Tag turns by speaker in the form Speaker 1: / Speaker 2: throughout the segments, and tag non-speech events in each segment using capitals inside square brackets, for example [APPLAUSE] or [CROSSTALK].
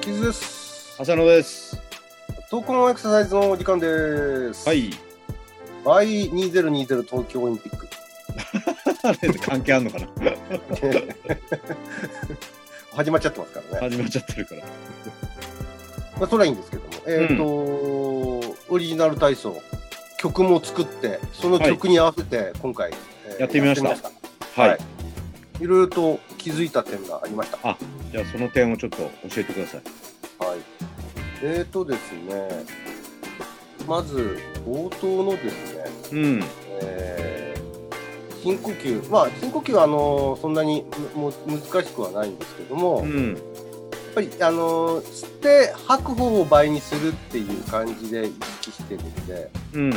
Speaker 1: キズです。
Speaker 2: 浅野です。
Speaker 1: 闘魂エクササイズのお時間です。
Speaker 2: は。い。
Speaker 1: はい、2020東京オリンピック。
Speaker 2: [LAUGHS]
Speaker 1: [LAUGHS]
Speaker 2: あれ関係あんのか [LAUGHS] な
Speaker 1: 始まっちゃってますからね。
Speaker 2: 始まっちゃってるから。
Speaker 1: まあ、それはいいんですけども。えっ、と、オリジナル体操、曲も作って、その曲に合わせて、今回、えー
Speaker 2: やってみました
Speaker 1: やってみ
Speaker 2: はい。
Speaker 1: はいいろいろと気づいた点がありました。
Speaker 2: じゃあその点をちょっと教えてください。
Speaker 1: はい。えっ、とですね、まず、冒頭のですね、
Speaker 2: うん。
Speaker 1: えー深呼吸、まあ、深呼吸はあのーそんなにむもう難しくはないんですけども、
Speaker 2: う
Speaker 1: やっ
Speaker 2: ん。
Speaker 1: ぱり、あのー吸って吐く方を倍にするっていう感じで意識してるんで
Speaker 2: うん。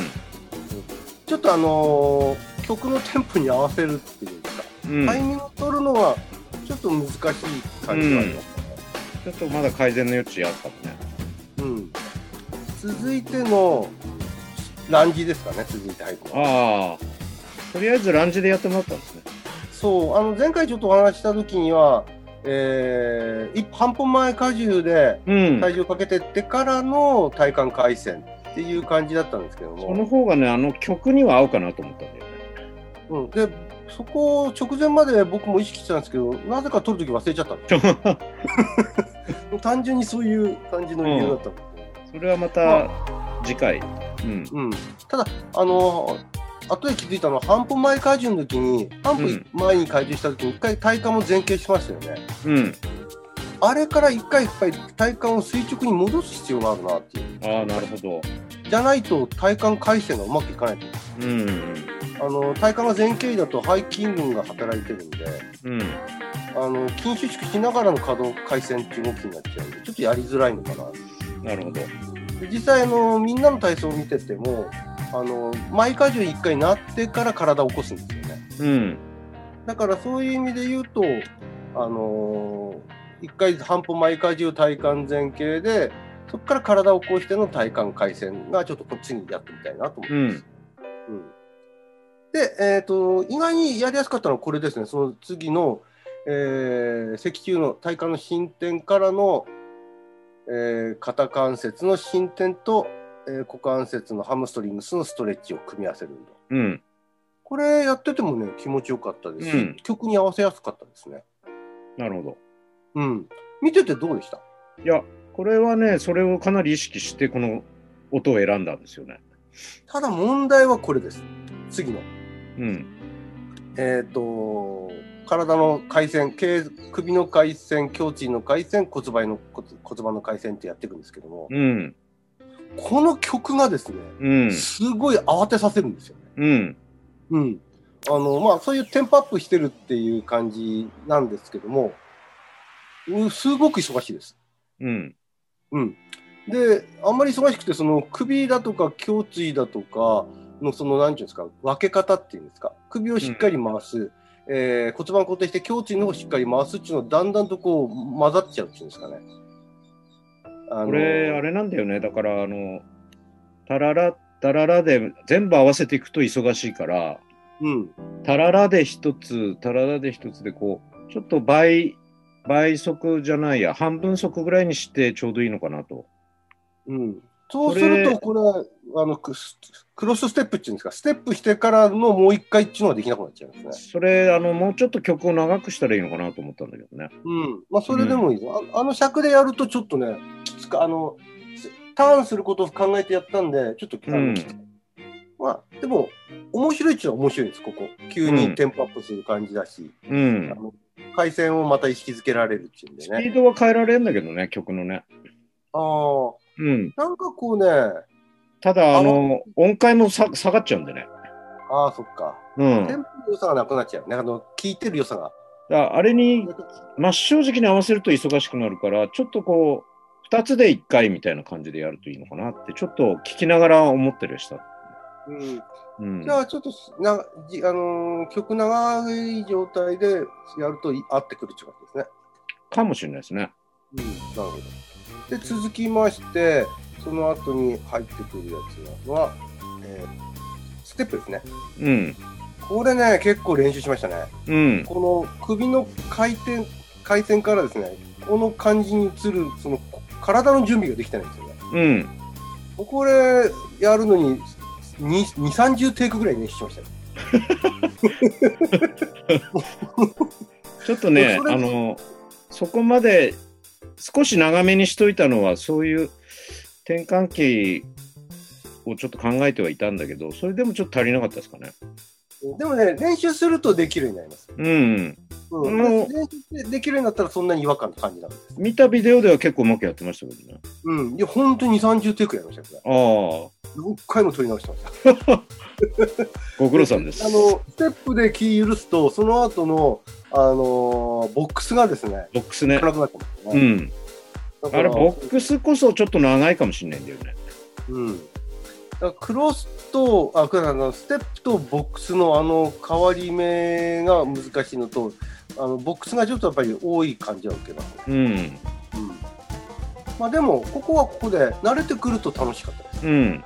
Speaker 1: ちょっと、あのー曲のテンポに合わせるっていうか、
Speaker 2: うん。
Speaker 1: タイミングを取るのはちょっと難しい感じがありますね。
Speaker 2: ちょっとまだ改善の余地あったもんね。
Speaker 1: うん続いてのランジですかね続いて入るのは
Speaker 2: ああ。とりあえずランジでやってもらったんですね。
Speaker 1: そうあの前回ちょっとお話しした時には、えー、一半歩前荷重で
Speaker 2: うん。
Speaker 1: 体重をかけてってからの体幹回旋っていう感じだったんですけど
Speaker 2: その
Speaker 1: も、
Speaker 2: 方がね、あの曲には合うかなと思ったんだよね。
Speaker 1: うん、でそこを直前まで僕も意識してたんですけどなぜか取る時忘れちゃったんですよ [LAUGHS] 単純にそういう感じの理由だったんですよ、
Speaker 2: それはまた次回。うん。
Speaker 1: うん、ただあの後で気づいたのは半歩前荷重の時に半歩
Speaker 2: うん
Speaker 1: 前に荷重した時に一回体幹も前傾しましたよね、
Speaker 2: うん。
Speaker 1: あれから一回やっぱり体幹を垂直に戻す必要があるなっていう
Speaker 2: ああ、なるほど。
Speaker 1: じゃないと体幹回線がうまくいかないと
Speaker 2: うん。
Speaker 1: あの体幹が前傾位だと背筋群が働いてるんで
Speaker 2: うん。
Speaker 1: あの筋収縮しながらの可動回線っていう動きになっちゃうんでちょっとやりづらいのかな
Speaker 2: なるほど。
Speaker 1: で実際あのみんなの体操を見ててもあの前荷重一回なってから体を起こすんですよね
Speaker 2: うん。
Speaker 1: だからそういう意味で言うと、あのー一回半歩前荷重体幹前傾で、そこから体を起こしての体幹回旋がちょっとこっちにやってみたいなと思って
Speaker 2: う
Speaker 1: ます。
Speaker 2: ん。
Speaker 1: うんで、えっ、と、意外にやりやすかったのはこれですね、その次の、えー、脊柱の体幹の進展からの、えー肩関節の進展と、えー股関節のハムストリングスのストレッチを組み合わせる運動。
Speaker 2: うん。
Speaker 1: これやっててもね、気持ちよかったですし、
Speaker 2: うん
Speaker 1: 曲に合わせやすかったですね。
Speaker 2: なるほど。
Speaker 1: うん。見ててどうでした
Speaker 2: いや、これはね、それをかなり意識して、この音を選んだんですよね。
Speaker 1: ただ問題はこれです。次の。
Speaker 2: うん。
Speaker 1: えっ、と、体の回旋、頸首の回旋、胸椎の回旋、骨盤の骨骨盤の回旋ってやっていくんですけども、
Speaker 2: うん。
Speaker 1: この曲がですね、
Speaker 2: うん。
Speaker 1: すごい慌てさせるんですよね。
Speaker 2: うん。
Speaker 1: うん。あの、まあ、そういうテンポアップしてるっていう感じなんですけども、うんすごく忙しいです。
Speaker 2: うん。
Speaker 1: うん、であんまり忙しくてその首だとか胸椎だとかのその何ていうんですか分け方っていうんですか首をしっかり回す、えー骨盤固定して胸椎の方をしっかり回すっていうのがだんだんとこう混ざっちゃうっていうんですかね。あの
Speaker 2: これ、あれなんだよね。だから、あの、タララ、タララで全部合わせていくと忙しいから、
Speaker 1: うん
Speaker 2: タララで一つ、タララで一つで、こう、ちょっと倍、倍速じゃないや、半分速ぐらいにしてちょうどいいのかなと。
Speaker 1: うん、そう
Speaker 2: こ
Speaker 1: す
Speaker 2: れ
Speaker 1: るとこれあのクスクロスステップっていうんですかステップしてからのもう一回っていうのができなくなっちゃうんですね。
Speaker 2: それ、あの、もうちょっと曲を長くしたらいいのかなと思ったんだけどね。
Speaker 1: うん、まあそれでもいい、ぞああの尺でやるとちょっとねきつかあのすターンすることを考えてやったんでちょっとあの
Speaker 2: うん
Speaker 1: きついまあでも面白いっちゃ面白いですここ急
Speaker 2: う
Speaker 1: に
Speaker 2: ん
Speaker 1: テンポアップする感じだし、
Speaker 2: うん
Speaker 1: あ。の回線をまた意識づけられるっていうんで
Speaker 2: スピー
Speaker 1: ね
Speaker 2: ドは変えられるんだけどね、曲のね。
Speaker 1: ああ
Speaker 2: うん。
Speaker 1: なんかこうね
Speaker 2: ただ、あの、音階もさ下がっちゃうんでね。
Speaker 1: ああそっか
Speaker 2: う
Speaker 1: テ
Speaker 2: ん。
Speaker 1: ンポの良さがなくなっちゃうねあの聞いてる良さが
Speaker 2: だあれに、真っ正直に合わせると忙しくなるから、ちょっとこう、2つで1回みたいな感じでやるといいのかなって、ちょっと聞きながら思ってるした。
Speaker 1: うん
Speaker 2: うん
Speaker 1: じ。ゃあちょっとすなじ、あのー曲長い状態でやるとい合ってくるって感じですね
Speaker 2: かもしれないですね。
Speaker 1: うん、なるほど。で、続きまして、その後に入ってくるやつは、えーステップですね。
Speaker 2: うん。
Speaker 1: これね、結構練習しましたね。
Speaker 2: うん。
Speaker 1: この首の回転、回転からですね、この感じに移る、そのこ体の準備ができてないんですよね。
Speaker 2: うん。
Speaker 1: これ、やるのに、2、30テイクぐらい練習しましたよ。
Speaker 2: ちょっとね
Speaker 1: そ、れ
Speaker 2: あの、そこまで少し長めにしといたのは、そういう転換期をちょっと考えてはいたんだけど、それでもちょっと足りなかったですかね。
Speaker 1: でもね、練習するとできるようになります。
Speaker 2: うん。
Speaker 1: うん。
Speaker 2: うん
Speaker 1: 練習できるようになったらそんなに違和感って感じなんです。
Speaker 2: 見たビデオでは結構うまくやってましたけどね。
Speaker 1: うん。いや、ほんと2、30テイクやりましたよ、これ。
Speaker 2: ああ、
Speaker 1: 6回も撮り直してました。
Speaker 2: ご苦労さんです。
Speaker 1: あの、ステップで気許すと、その後の、あのーボックスがですね、
Speaker 2: ボックスね。
Speaker 1: 暗くなってますよ
Speaker 2: う
Speaker 1: ね。
Speaker 2: ん。
Speaker 1: だから
Speaker 2: あれ、ボックスこそちょっと長いかもしれないんだよね。
Speaker 1: うん。だからクロスと、あ、クロスあのステップとボックスのあの変わり目が難しいのと、あのボックスがちょっとやっぱり多い感じは受けますね。
Speaker 2: うん。
Speaker 1: うん。まあでも、ここはここで慣れてくると楽しかったです。
Speaker 2: うん。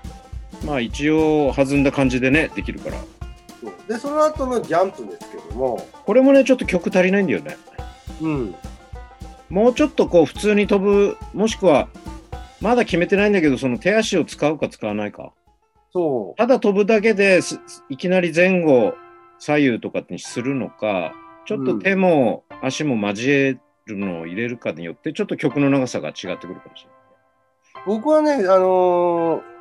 Speaker 2: まあ一応弾んだ感じでね、できるから。
Speaker 1: そうで、その後のジャンプですけども、
Speaker 2: これもね、ちょっと曲足りないんだよね。
Speaker 1: うん。
Speaker 2: もうちょっとこう普通に飛ぶ、もしくは、まだ決めてないんだけど、その手足を使うか使わないか。
Speaker 1: そ
Speaker 2: ただ飛ぶだけですいきなり前後、左右とかにするのか、ちょっと手も足も交えるのを入れるかによって、ちょっと曲の長さが違ってくるかもしれ
Speaker 1: う。僕はね、あのー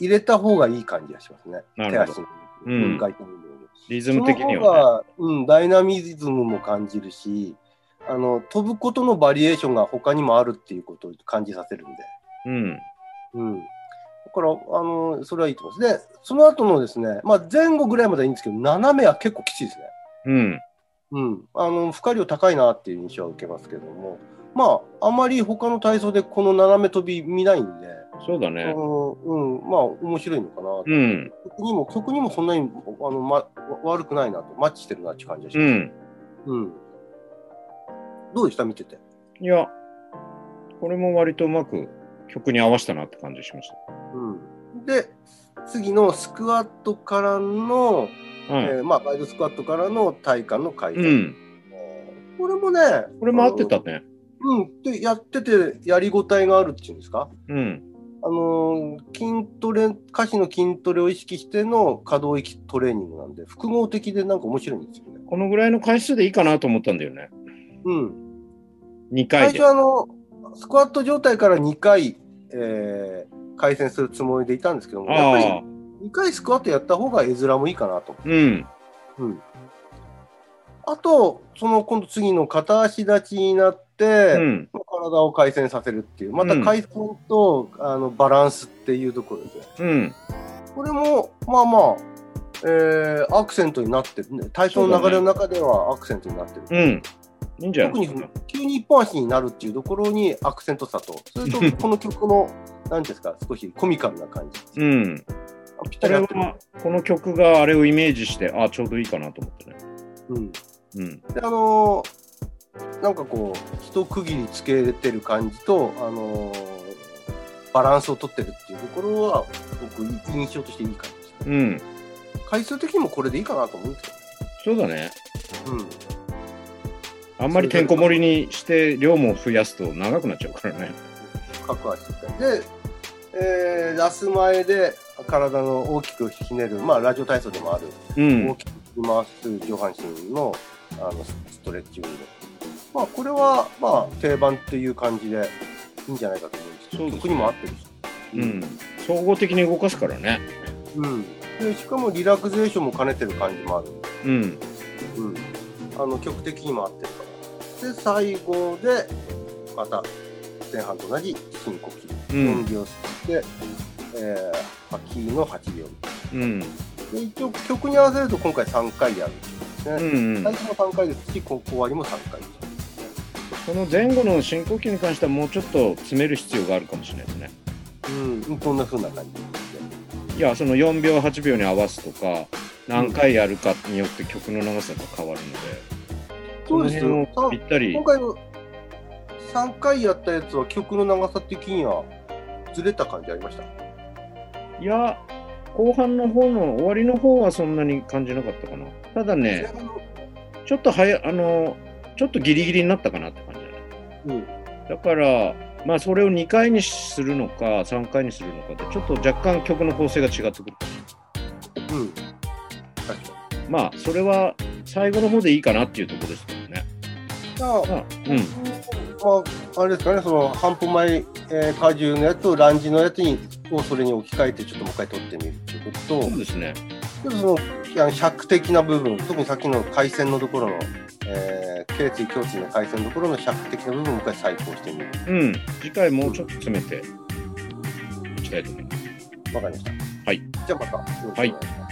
Speaker 1: 入れた方がいい感じがしますね。
Speaker 2: な
Speaker 1: 手
Speaker 2: るほ
Speaker 1: 足
Speaker 2: ど
Speaker 1: の
Speaker 2: うん
Speaker 1: 分解というのに。
Speaker 2: ない。リズ
Speaker 1: そ
Speaker 2: ム
Speaker 1: の
Speaker 2: 的
Speaker 1: 方
Speaker 2: にはね。
Speaker 1: が、うん、ダイナミズムも感じるしあの飛ぶことのバリエーションが他にもあるっていうことを感じさせるんで、
Speaker 2: うん。
Speaker 1: うん、だからあのそれはいいと思いますでその後のですね、まあ、前後ぐらいまではいいんですけど斜めは結構きついですね、
Speaker 2: うん。
Speaker 1: うん、あの負荷量高いなっていう印象は受けますけどもまああまり他の体操でこの斜め飛び見ないんで、
Speaker 2: そうだ
Speaker 1: あ
Speaker 2: ね。
Speaker 1: のうん、まあ面白いのかな、
Speaker 2: うん。
Speaker 1: 曲にも曲にもそんなにあの、ま、悪くないなとマッチしてるなっていう感じがし
Speaker 2: う
Speaker 1: ます、
Speaker 2: ん。
Speaker 1: うん。どうでした見てて。
Speaker 2: いや、これも割とうまく曲に合わせたなって感じしまし
Speaker 1: うん。で、次のスクワットからの、
Speaker 2: た。はい。
Speaker 1: えーまあ、ガイドスクワットからの体幹の改善。
Speaker 2: うん。
Speaker 1: これもね、
Speaker 2: これも合ってた
Speaker 1: あの。
Speaker 2: ね。
Speaker 1: うん。で、やってて、やりごたえがあるっていうんですか。
Speaker 2: うん。
Speaker 1: あのー筋トレ、下肢の筋トレを意識しての可動域トレーニングなんで、複合的でなんか面白いんですよね。
Speaker 2: このぐらいの回数でいいかなと思ったんだよね。
Speaker 1: うん。
Speaker 2: 2
Speaker 1: 最
Speaker 2: 回で
Speaker 1: 初。あのスクワット状態から2回、えー、回戦するつもりでいたんですけどもやっぱ
Speaker 2: ああ
Speaker 1: り。2回スクワットやった方が絵面もいいかなと。
Speaker 2: うん。
Speaker 1: あとその今度次の片足立ちになって、
Speaker 2: うん。
Speaker 1: 体を回旋させるっていうまた回旋と、あのバランスっていうところですね。
Speaker 2: うん。
Speaker 1: これもまあまあ、えーアクセントになってるね体操の流れの中ではアクセントになってる。
Speaker 2: うん。いいんじゃな
Speaker 1: 特
Speaker 2: い
Speaker 1: に急に一本足になるっていうところにアクセントさと、それと
Speaker 2: [LAUGHS]
Speaker 1: この曲の、なんていうんですか、少しコミカルな感じ。
Speaker 2: うん。
Speaker 1: あぴっ
Speaker 2: こ
Speaker 1: たり
Speaker 2: れ
Speaker 1: 合ってる。
Speaker 2: は、この曲があれをイメージして、あちょうどいいかなと思ってね。
Speaker 1: うん、で、
Speaker 2: うん。
Speaker 1: あのーなんかこう、一区切りつけてる感じと、あのーバランスを取ってるっていうところは、僕、印象としていい感じですね。
Speaker 2: うん。
Speaker 1: 回数的にもこれでいいかなと思うんです
Speaker 2: そうだね。
Speaker 1: けど。うん。
Speaker 2: あんまりてんこ盛りにして、量も増やすと長くなっちゃうからね。
Speaker 1: 各足一回で、えー、ラス前で体の大きくひねる、まあ、ラジオ体操でもある。
Speaker 2: うん
Speaker 1: 大。きく回す上半身のあのスストレッチ運動。まあ、これは、まあ、定番という感じでいいんじゃないかと思うんですけ
Speaker 2: そ
Speaker 1: ど、
Speaker 2: うですね
Speaker 1: 曲にも合ってるし。
Speaker 2: うん。総合的に動かすからね。
Speaker 1: うん。で、しかもリラクゼーションも兼ねてる感じもある。
Speaker 2: うん。
Speaker 1: うん。あの、曲的にも合ってるから。で、最後で、また、前半と同じ深呼吸。
Speaker 2: うん
Speaker 1: 4秒吸って、えー、吐きの8秒。
Speaker 2: うん。
Speaker 1: で、一応曲に合わせると今回3回やるんですね。
Speaker 2: うん、うん
Speaker 1: 最。初の3回ですし、こう終わりも3回です。
Speaker 2: その前後の深呼吸に関してはもうちょっと詰める必要があるかもしれないですね。
Speaker 1: うん、こんな風な感じですね。
Speaker 2: いや、その4秒、8秒に合わすとか、何回やるかによって曲の長さが変わるので、
Speaker 1: そうです
Speaker 2: その
Speaker 1: よ。
Speaker 2: 辺をぴったり
Speaker 1: 今。回の3回やったやつは曲の長さ的にはずれた感じありました
Speaker 2: いや、後半の方の終わりの方はそんなに感じなかったかな。ただね、
Speaker 1: 前半の
Speaker 2: ちょっと早いあの、ちょっとギリギリになったかなって感じだね。
Speaker 1: うん
Speaker 2: だから、まあそれを2回にするのか、3回にするのかで、ちょっと若干曲の構成が違ってくる。
Speaker 1: うん確かに
Speaker 2: まあ、それは最後の方でいいかなっていうところですけどね。
Speaker 1: じゃあ
Speaker 2: まあ、うん。
Speaker 1: まあ、あれですかね、その半歩前、えー、荷重のやつとランジのやつにをそれに置き換えて、ちょっともう一回撮ってみるっていうことと
Speaker 2: そう、ですね。
Speaker 1: ちょっとそのいや尺的な部分、特にさっきの回線のところの、えー、頸椎、胸椎の回線のところの尺的な部分をもう一回再考してみる。
Speaker 2: うん。次回もうちょっと詰めていきたいと思います。
Speaker 1: わかりました。
Speaker 2: はい。
Speaker 1: じゃあまた、よろしくお願いします。